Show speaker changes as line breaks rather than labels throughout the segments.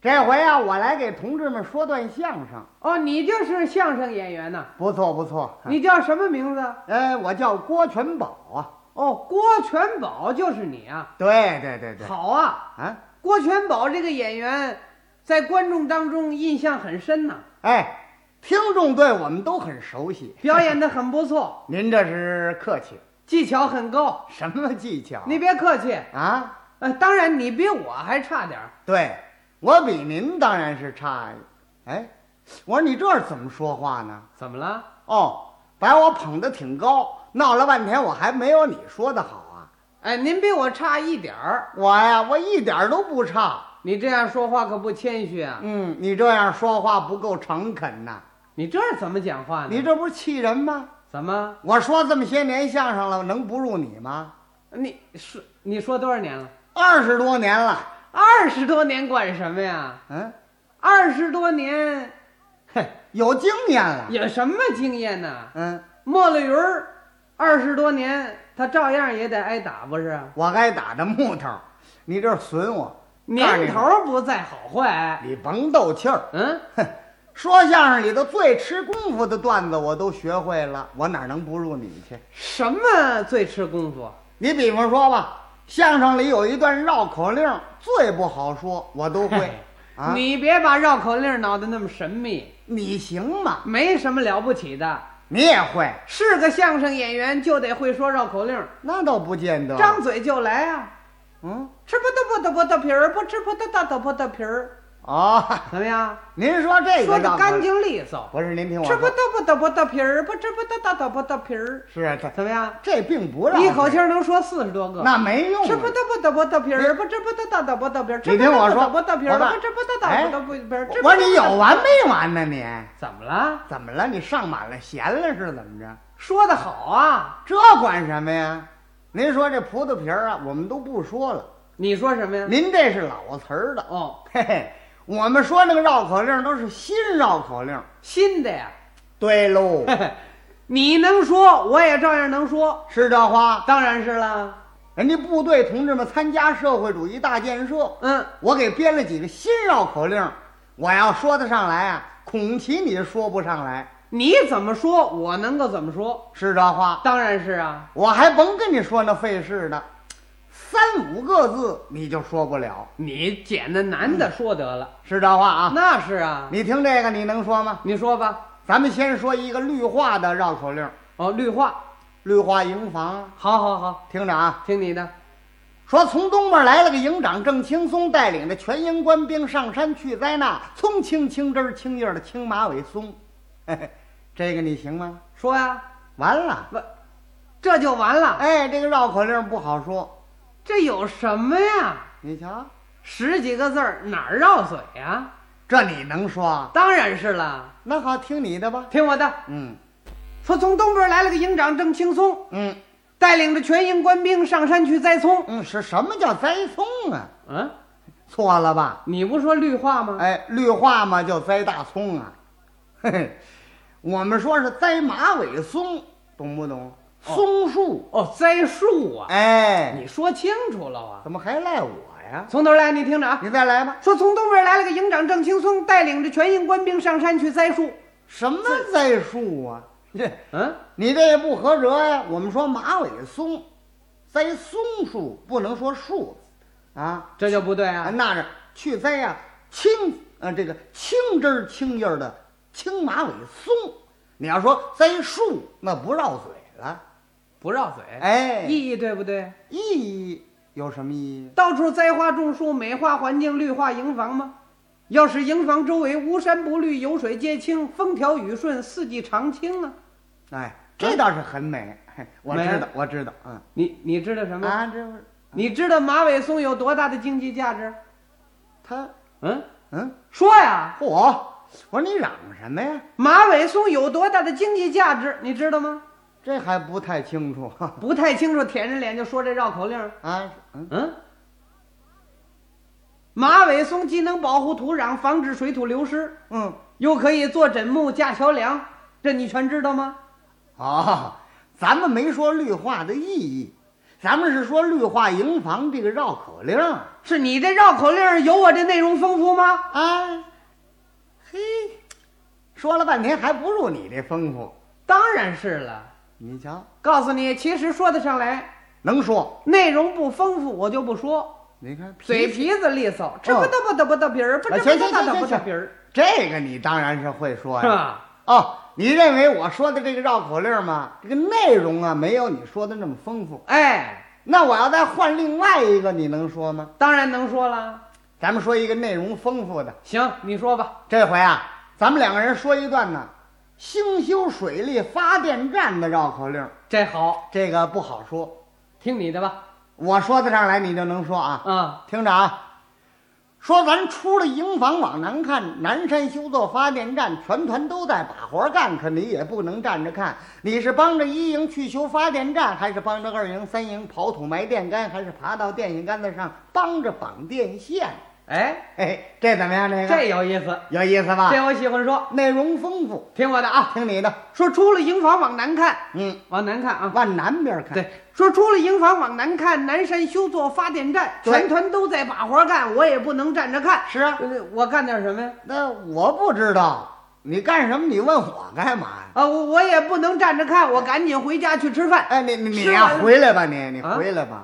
这回啊，我来给同志们说段相声，
哦，你就是相声演员呐？
不错不错。
你叫什么名字？
呃，我叫郭全宝啊。
哦，郭全宝就是你啊！
对对对对。
好啊，
啊，
郭全宝这个演员在观众当中印象很深呐、
哎，听众对我们都很熟悉。
表演的很不错，
您这是客气，
技巧很高。
什么技巧？
你别客气，
啊，
呃，当然你比我还差点儿。
对我比您当然是差呀。哎，我说你这是怎么说话呢？
怎么了？
哦，把我捧得挺高，闹了半天我还没有你说的好啊。
哎，您比我差一点儿。
我呀，我一点儿都不差。
你这样说话可不谦虚啊！
嗯，你这样说话不够诚恳呐、
你这是怎么讲话呢？
你这不是气人吗？
怎么？
我说这么些年相声了，能不入你吗？
你说你说多少年了？
二十多年了，
二十多年管什么呀？
嗯，
二十多年
嘿，有经验了，
有什么经验呢？
嗯，
莫了云儿二十多年，他照样也得挨打，不是？
我该打的木头，你这是损我，
年
告诉
头不在好坏。
你你甭斗气儿，
嗯，
哼，说相声里头最吃功夫的段子我都学会了，我哪能不入你去？
什么最吃功夫？
你比方说吧，相声里有一段绕口令最不好说，我都会
嘿，
啊，
你别把绕口令闹得那么神秘，
你行吗？
没什么了不起的。
你也会。
是个相声演员就得会说绕口令，
那倒不见得。
张嘴就来啊！
嗯，
吃葡萄不吐葡萄皮儿，不吃葡萄倒吐葡萄皮儿，
哦，
怎么样？
您说这个
说的
倒
干
不是，
净利索。
不是您听我
吃葡
说，
萄不吐葡萄皮儿，不吃葡萄倒吐葡萄皮儿，
是啊，这
怎么样？
这并不让
一口气儿能说四十多个。
那没用啊。
吃葡萄不吐葡萄皮儿，不吃葡萄倒吐葡萄皮儿。吃
你听我
葡萄
说
不吐葡萄皮儿，
我把
不吃葡萄倒吐葡萄皮儿。吃
我
葡
说
萄
你有完没完呢你？
怎么了？
怎么了？你上满了弦了是怎么着？
说的好啊！
这管什么呀？您说这葡萄皮儿啊，我们都不说了。
你说什么呀？
您这是老词儿的，
哦，
嘿嘿，我们说那个绕口令都是新绕口令。
新的呀！
对喽，
你能说，我也照样能说。
是这话。
当然是了。
人家部队同志们参加社会主义大建设，
嗯，
我给编了几个新绕口令，我要说得上来啊，恐其你说不上来，
你怎么说，我能够怎么说？
是这话。
当然是啊。
我还甭跟你说那费事的，三五个字你就说不了，
你捡那男的说得了。
是这话啊。
那是啊。
你听这个，你能说吗？
你说吧。
咱们先说一个绿化的绕口令，
哦，绿化，
绿化营房，
好好好，
听着啊，
听你的。
说从东边来了个营长郑青松，带领着全营官兵上山去灾难，葱青青枝儿青叶儿的青马尾松， 嘿嘿，这个你行吗？
说呀，
完了。
不，这就完了。
哎，这个绕口令不好说，
这有什么呀？
你瞧，
十几个字儿哪儿绕嘴呀？
这你能说？
当然是了。
那好，听你的吧。
听我的，
嗯
说从东边来了个营长郑青松，
嗯
带领着全营官兵上山去栽葱。
嗯，是什么叫栽葱啊？
嗯，
错了吧？
你不说绿化吗？
哎，绿化嘛叫栽大葱啊，嘿嘿，我们说是栽马尾松，懂不懂？松树，
哦，栽树啊。
哎，
你说清楚了啊！
怎么还赖我呀？
从头来，你听着啊。
你再来吧。
说从东边来了个营长郑青松，带领着全营官兵上山去栽树。
什么栽树啊？这
嗯，
你这也不合辙呀、我们说马尾松，栽松树不能说树，啊，
这就不对
啊，
啊！
那是去栽呀、青呃这个青枝儿青叶儿的青马尾松。你要说栽树，那不绕嘴了。
不绕嘴，
哎，
意义对不对？
意义有什么意义？
到处栽花种树，美化环境，绿化营房吗？要是营房周围无山不绿，有水皆清，风调雨顺，四季常青啊！
哎，这倒是很美。嘿我
美
知道，我知道，嗯
你你知道什么？
啊，这不是
你知道马尾松有多大的经济价值？
他，
嗯，
嗯，
说呀，
嚯！我说你嚷什么呀？
马尾松有多大的经济价值？你知道吗？
这还不太清楚
不太清楚，舔着脸就说这绕口令儿。
啊，嗯，
嗯，马尾松既能保护土壤，防止水土流失，
嗯，
又可以做枕木、架桥梁，这你全知道吗？
哦，咱们没说绿化的意义，咱们是说绿化营房这个绕口令儿
是你这绕口令儿有我这内容丰富吗？
啊。嘿，说了半天还不如你这丰富。
当然是了。
你瞧，
告诉你，其实说得上来，
能说？
内容不丰富我就不说，
你看，
嘴皮子利索，这不嘚不嘚不嘚皮儿，不嘚不
行
嘚
行行行
不嘚
行
皮儿，
这个你当然是会说
是啊
呀。
吧？
哦，你认为我说的这个绕口令吗？这个内容啊，没有你说的那么丰富。
哎，
那我要再换另外一个，你能说吗？
当然能说了。
咱们说一个内容丰富的。
行，你说吧。
这回啊，咱们两个人说一段呢，兴修水利发电站的绕口令，
这好，
这个不好说。
听你的吧。
我说得上来，你就能说啊。
啊，
听着啊，说咱出了营房往南看，南山修造发电站，全团都在把活干，可你也不能站着看。你是帮着一营去修发电站，还是帮着二营、三营刨土埋电杆，还是爬到电线杆子上帮着绑电线？
哎，
嘿嘿，这怎么样？这个
这有意思，
有意思吧？
这我喜欢说。
内容丰富，
听我的啊，
听你的，
说出了营房往南看，
嗯，
往南看啊。
往南边看。，
对，说出了营房往南看，南山修作发电站，
对
全团都在把活干，我也不能站着看。
是啊，
呃我干点什么呀？
那我不知道你干什么，你问我干嘛呀？
啊，我我也不能站着看，我赶紧回家去吃饭。
哎，你你你
吃
呀、
完了
回来吧，你你
啊
回来吧，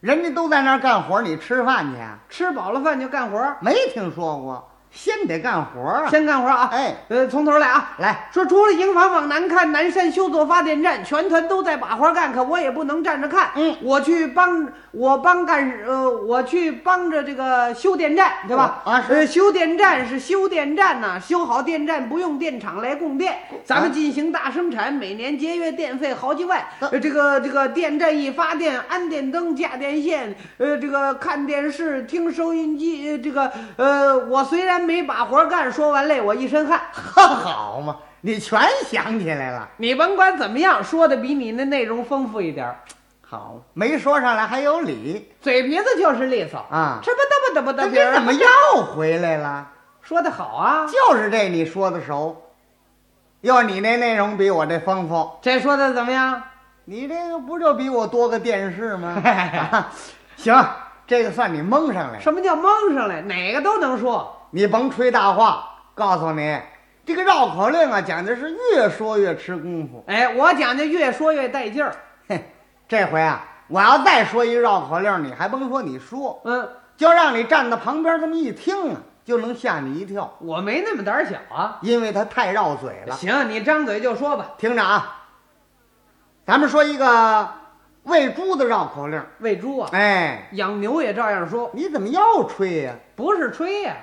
人家都在那儿干活，你吃饭去啊？
吃饱了饭就干活儿，
没听说过，先得干活啊！
先干活儿啊。
哎，
呃，从头来啊。
来，
说除了营房往南看，南山修作发电站，全团都在把活儿干，可我也不能站着看。
嗯，
我去帮，我帮干，呃，我去帮着这个修电站，对吧？
啊是
呃，修电站是修电站呐、修好电站不用电厂来供电，
哦
咱们进行大生产，每年节约电费好几万。
啊
呃，这个这个电站一发电，安电灯、架电线，呃，这个看电视、听收音机，呃这个呃，我虽然没把活儿干，说完累我一身汗。
呵，好嘛，你全想起来了，
你甭管怎么样，说的比你那内容丰富一点儿，
好，没说上来还有理
嘴皮子就是利索，
啊！
吃不嘚不嘚不
这
嘚皮
你怎
儿，
么又回来了？
说的好啊，
就是这你说的熟，要你那内容比我这丰富，
这说的怎么样？
你这个不就比我多个电视吗？ 啊行，这个算你蒙上来了。
什么叫蒙上来？哪个都能说，
你甭吹大话，告诉你，这个绕口令啊，讲的是越说越吃功夫。
哎，我讲究越说越带劲儿，
嘿，这回啊，我要再说一绕口令，你还甭说你说，
嗯，
就让你站在旁边这么一听啊，就能吓你一跳，
我没那么胆儿小啊。
因为它太绕嘴了。
哎行，你张嘴就说吧，
听着啊，咱们说一个喂猪的绕口令。
喂猪啊，
哎，
养牛也照样说，
你怎么又吹呀、
不是吹呀、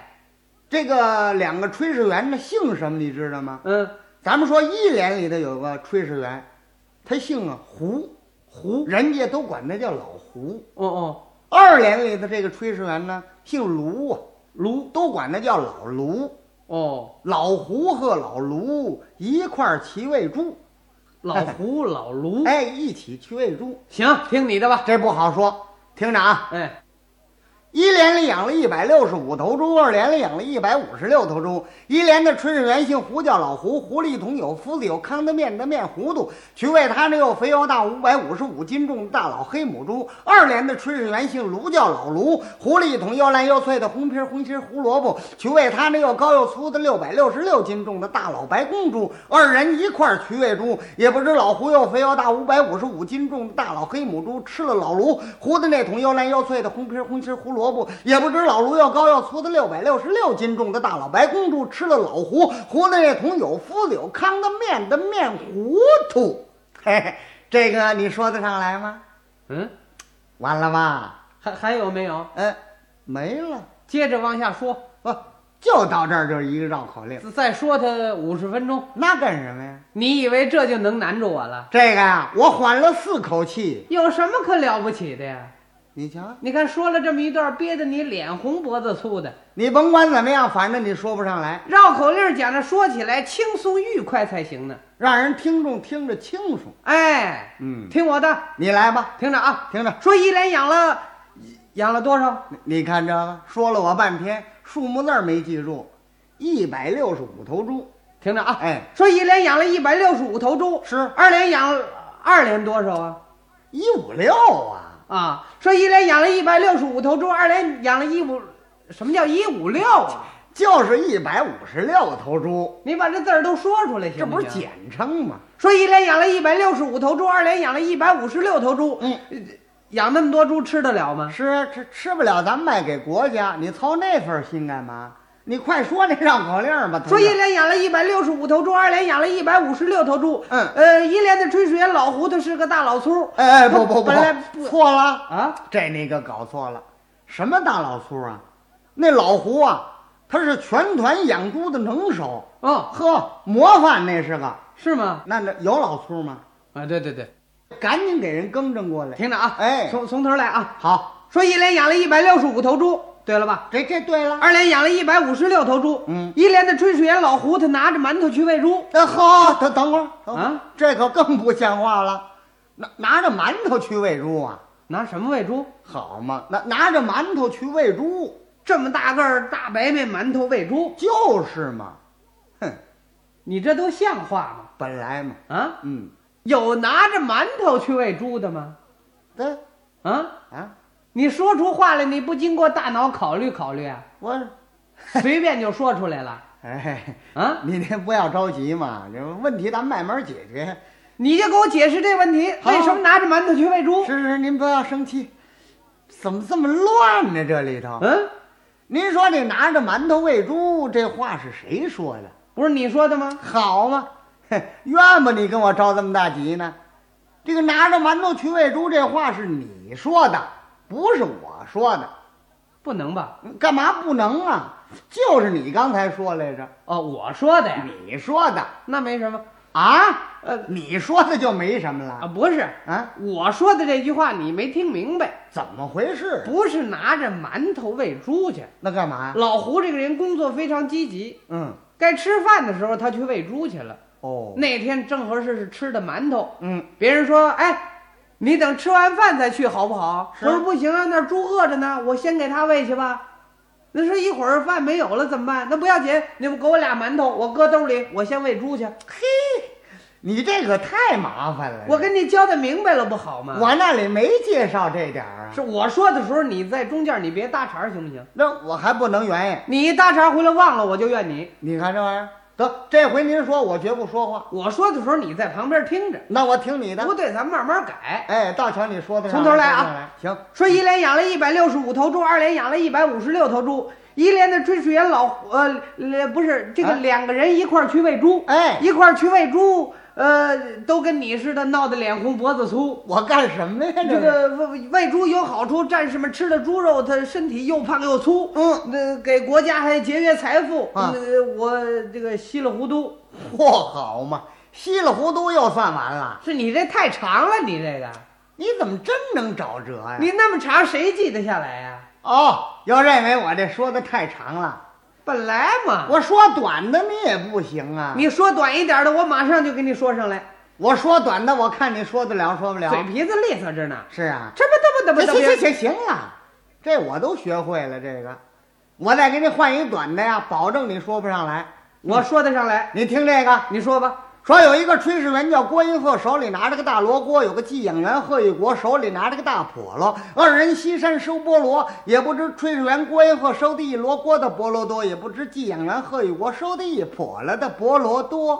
这个两个炊事员的姓什么你知道吗？
嗯，
咱们说一连里头有个炊事员，他姓啊胡，
胡，
人家都管他叫老胡。
哦哦，
二连里的这个炊事员呢，姓卢啊，卢都管他叫老卢。
哦，
老胡和老卢一块儿去喂猪，
老胡，老卢，
哎，一起去喂猪，
行，听你的吧，
这不好说。听着啊，
哎，
一连里养了一百六十五头猪，二连里养了一百五十六头猪。一连的炊事员姓胡，叫老胡，胡里桶有麸子，有糠的面的面糊涂，去喂他那又肥又大五百五十五斤重的大老黑母猪。二连的炊事员姓卢，叫老卢，胡里桶又烂又脆的红皮儿红心儿胡萝卜，去喂他那又高又粗的六百六十六斤重的大老白公猪。二人一块儿去喂猪，也不知老胡又肥又大五百五十五斤重的大老黑母猪吃了老卢胡的那桶又烂又脆的红皮儿红心儿胡萝卜，也不知老卢又高又粗的六百六十六斤重的大老白公猪吃了老胡胡的那桶有麸子有糠的面的面糊涂。嘿嘿，这个你说得上来吗？
嗯，
完了吧？
还还有没有？
呃，没了，
接着往下说，
不就到这儿就是一个绕口令，
再说他五十分钟，
那干什么呀？
你以为这就能难住我了？
这个呀、我缓了四口气，
有什么可了不起的呀？
你瞧，
你看说了这么一段，憋得你脸红脖子粗的。
你甭管怎么样，反正你说不上来，
绕口令讲着说起来轻松愉快才行呢。
让人听众听着清楚。
哎，
嗯，
听我的，
你来吧，
听着啊，
听着，
说一连养了，养了多少？
你你看这个，说了我半天，数目字儿没记住，一百六十五头猪，
听着啊，
哎，
说一连养了一百六十五头猪，
是
二连养二连多少啊？
一五六啊，
啊，说一连养了一百六十五头猪，二连养了一五，什么叫一五六啊？
就是一百五十六头猪，
你把这字儿都说出来行
这不是
行
简称吗？
说一连养了一百六十五头猪，二连养了一百五十六头猪，
嗯
呃，养那么多猪吃得了吗？
是吃吃不了，咱卖给国家，你操那份心干嘛？你快说那绕口令吧，同
说一
志
连养了一百六十五头猪，二连养了一百五十六头猪，
嗯
呃，一连的炊事员老胡他是个大老粗，
哎哎不不不
本来不，
错了
啊！
这你可搞错了，什么大老粗啊？那老胡啊，他是全团养猪的能手，
哦，
呵，模范那是个。
是吗？
那那有老粗吗？
啊，对对对，
赶紧给人更正过来。
听着啊，
哎
从从头来啊，
好，
说一连养了一百六十五头猪，对了吧？
这这对了。
二连养了一百五十六头猪，
嗯
一连的炊事员老胡他拿着馒头去喂猪，
那好，呃等等会儿等会儿
啊
这可更不像话了。拿拿着馒头去喂猪啊？
拿什么喂猪？
好嘛，拿拿着馒头去喂猪，
这么大个儿大白面馒头喂猪，
就是嘛。哼，
你这都像话
本来嘛，
吗？啊，
嗯，
有拿着馒头去喂猪的吗？
对
啊，
啊，
你说出话来，你不经过大脑考虑考虑 啊，
我，
随便就说出来了
哎，
啊？
你这不要着急嘛，这问题咱慢慢解决。
你就给我解释这问题，
好
为什么拿着馒头去喂猪？
是是，您不要生气，怎么这么乱呢？这里头，
嗯，
您说这拿着馒头喂猪，这话是谁说的？
不是你说的吗？
好嘛，嘿怨不你跟我着这么大急呢？这个拿着馒头去喂猪这话是你说的，不是我说的，
不能吧？
嗯干嘛不能啊？就是你刚才说来着，
哦，我说的呀，
你说的
那没什么
啊？
呃
你说的就没什么
啊，
了
不是。
啊？
我说的这句话你没听明白，
怎么回事？
不是拿着馒头喂猪去。
那干嘛？
老胡这个人工作非常积极，
嗯，
该吃饭的时候他去喂猪去了。
哦，
那天正合适是吃的馒头，
嗯，
别人说：“哎，你等吃完饭再去好不好？”
是
我说：“不行啊，那猪饿着呢，我先给它喂去吧。”那说一会儿饭没有了怎么办？那不要紧，你们给我俩馒头，我搁兜里，我先喂猪
哎
去。
你这可太麻烦了。
我跟你交代明白了不好吗？
我那里没介绍这点儿啊，
是我说的时候，你在中间你别搭茬儿行不行？
那我还不能原谅。
你一搭茬回来忘了，我就怨你。
你看这玩意儿，得这回您说，我绝不说话。
我说的时候你在旁边听着，
那我听你的
不。对，咱慢慢改。
哎，大乔，你说的
从头来啊！
从头来
说一连养了一百六十五头猪，二连养了一百五十六头猪，一连的炊事员老胡呃呃不是这个
啊
两个人一块儿去喂
行，，
猪
哎，
一块儿去喂猪，呃，都跟你似的闹得脸红脖子粗。
我干什么呀？是
这个喂喂猪有好处，战士们吃了猪肉，他身体又胖又粗，
嗯，
那给国家还节约财富。
啊
呃我这个稀里糊涂，
嚯，好嘛，稀里糊涂又算完了。
是你这太长了，你这个。
你怎么真能找辙呀？
你那么长，谁记得下来呀、
哦，要认为我这说的太长了，
本来嘛，
我说短的你也不行啊。
你说短一点的，我马上就给你说上来，
我说短的，我看你说得了说不
嘴
了。
皮子利索着呢。
是啊，
这不这不
行
这不
啊行行
这
行了，这我都学会了这个，我再给你换一短的呀，保证你说不上来。
不，我说得上来，
你听这个，
你说吧。
说有一个炊事员叫郭英鹤，手里拿着个大罗锅；有个寄养员贺一国，手里拿着个大笸箩。二人西山收菠萝，也不知炊事员郭英鹤收的一箩锅的菠萝多，也不知寄养员贺一国收的一笸箩的菠萝多。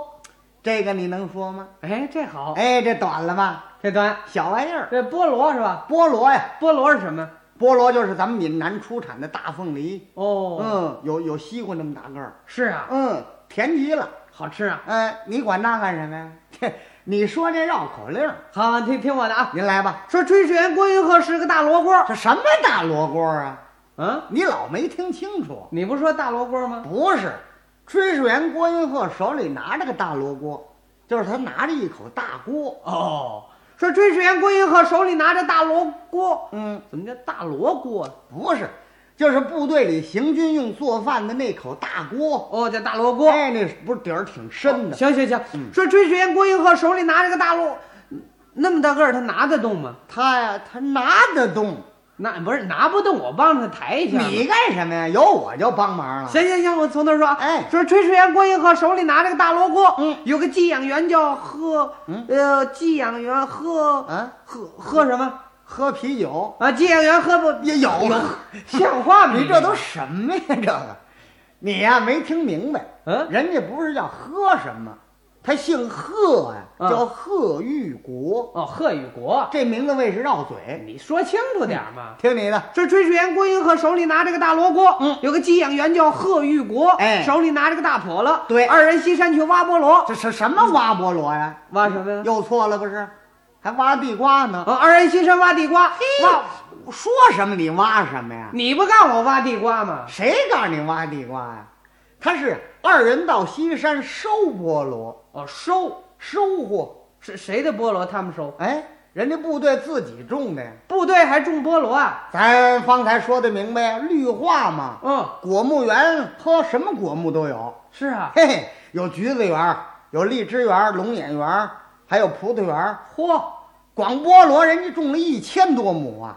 这个你能说吗？
哎，这好，
哎，这短了吧？
这端
小玩意儿，
这菠萝是吧？
菠萝呀，
菠萝是什么？
菠萝就是咱们闽南出产的大凤梨，
哦，
嗯，有有西瓜那么大个儿，
是啊，
嗯，甜极了。
好吃啊。
哎，你管那干什么呀？ 这你说这绕口令儿，
好，听听我的啊。
您来吧。
说炊事员郭云鹤是个大罗锅，
这什么大罗锅啊？
嗯，
你老没听清楚？
你不说大罗锅吗？
不是，炊事员郭云鹤手里拿着个大罗锅，就是他拿着一口大锅。
哦，说炊事员郭云鹤手里拿着大罗锅，
嗯，
怎么叫大罗锅啊？
不是，就是部队里行军用做饭的那口大锅。
哦，叫大罗锅。
哎，那不是底儿挺深的，
行行行，
嗯
说炊事员郭英鹤手里拿着个大锣，那么大个儿，他拿得动吗？
他呀，他拿得动。
拿不是拿不动，我帮着他抬一下嘛。
你干什么哎呀？有我就帮忙了。
行行行，我从头说啊。
哎
说炊事员郭英鹤手里拿着个大罗锅，
嗯，
有个寄养员叫贺，
嗯
呃，寄养员贺
啊，
贺贺什么？
喝啤酒
啊，接养员喝不
也有，啊
像话吗？
你这都什么呀？这个，你呀、没听明白，
嗯
人家不是叫喝什么，他姓贺呀、
嗯
叫贺玉国，
哦，贺与国，
这名字为是绕嘴，
你说清楚点儿嘛。
听你的。
这啊炊事员郭英和手里拿着个大罗锅，
嗯
有个给养员叫贺玉国，
哎
手里拿着个大笸箩，
对
二人西山去挖菠萝，
这嗯是什么挖菠萝呀、
挖什么呀？
又错了不是？还挖地瓜呢？
啊，二人西山挖地瓜，
挖
挖，
说什么你挖什么呀？
你不干我挖地瓜吗？
谁告诉你挖地瓜呀、他是二人到西山收菠萝，
哦，收
收获。
是谁的菠萝？他们收，
哎，人家部队自己种的呀。
部队还种菠萝啊？
咱方才说的明白呀，绿化嘛，
嗯，
果木园喝什么果木都有，
是啊，
嘿嘿，有橘子园，有荔枝园、龙眼园，还有葡萄园。
嚯，
广菠萝人家种了一千多亩啊，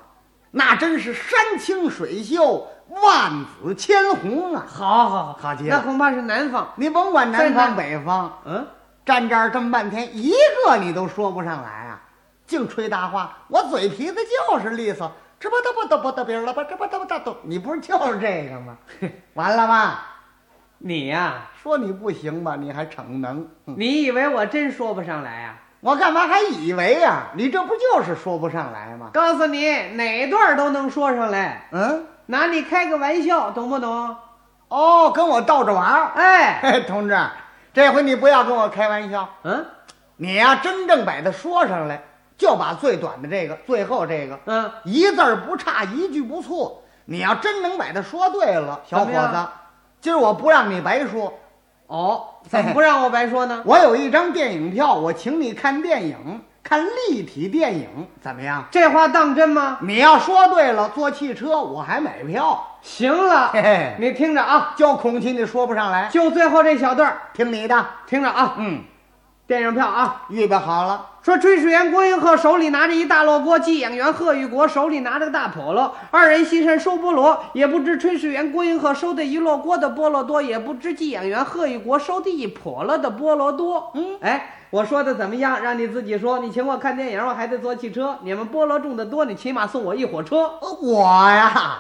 那真是山清水秀，万紫千红啊！
好好好，
好极
那
了，
恐怕是南方，
你甭管南
在哪
方北方，
嗯，
站这儿这么半天，一个你都说不上来啊，净吹大话。我嘴皮子就是利索，这不嘚不嘚不嘚别了吧，这不嘚不嘚嘚，你不是就是这个吗？完了吧？
你呀、
说你不行吧，你还逞能。嗯
你以为我真说不上来啊？
我干嘛还以为呀、你这不就是说不上来吗？
告诉你，哪段儿都能说上来，
嗯，
拿你开个玩笑，懂不懂？
哦，跟我逗着玩儿。
哎，
嘿，同志，这回你不要跟我开玩笑，
嗯
你呀、真正把它说上来，就把最短的这个，最后这个，
嗯，
一字儿不差，一句不错。你要真能把它说对了，小伙
怎么
子
样，
今儿我不让你白说。
哦，怎么不让我白说呢？
我有一张电影票，我请你看电影，看立体电影，怎么样？
这话当真吗？
你要说对了，坐汽车我还买票。
行了
嘿，嘿，
你听着啊，
就恐气你说不上来，
就最后这小段儿，
听你的。
听着啊，
嗯，
电影票啊。
预备好了。
说炊事员郭英鹤手里拿着一大箩锅，寄养员贺玉国手里拿着个大笸箩，二人西山收菠萝，也不知炊事员郭英鹤收的一箩锅的菠萝多，也不知寄养员贺玉国收的一笸箩的菠萝多。
嗯，
哎，我说的怎么样？让你自己说。你请我看电影，我还得坐汽车。你们菠萝种的多，你起码送我一火车。
呃我呀，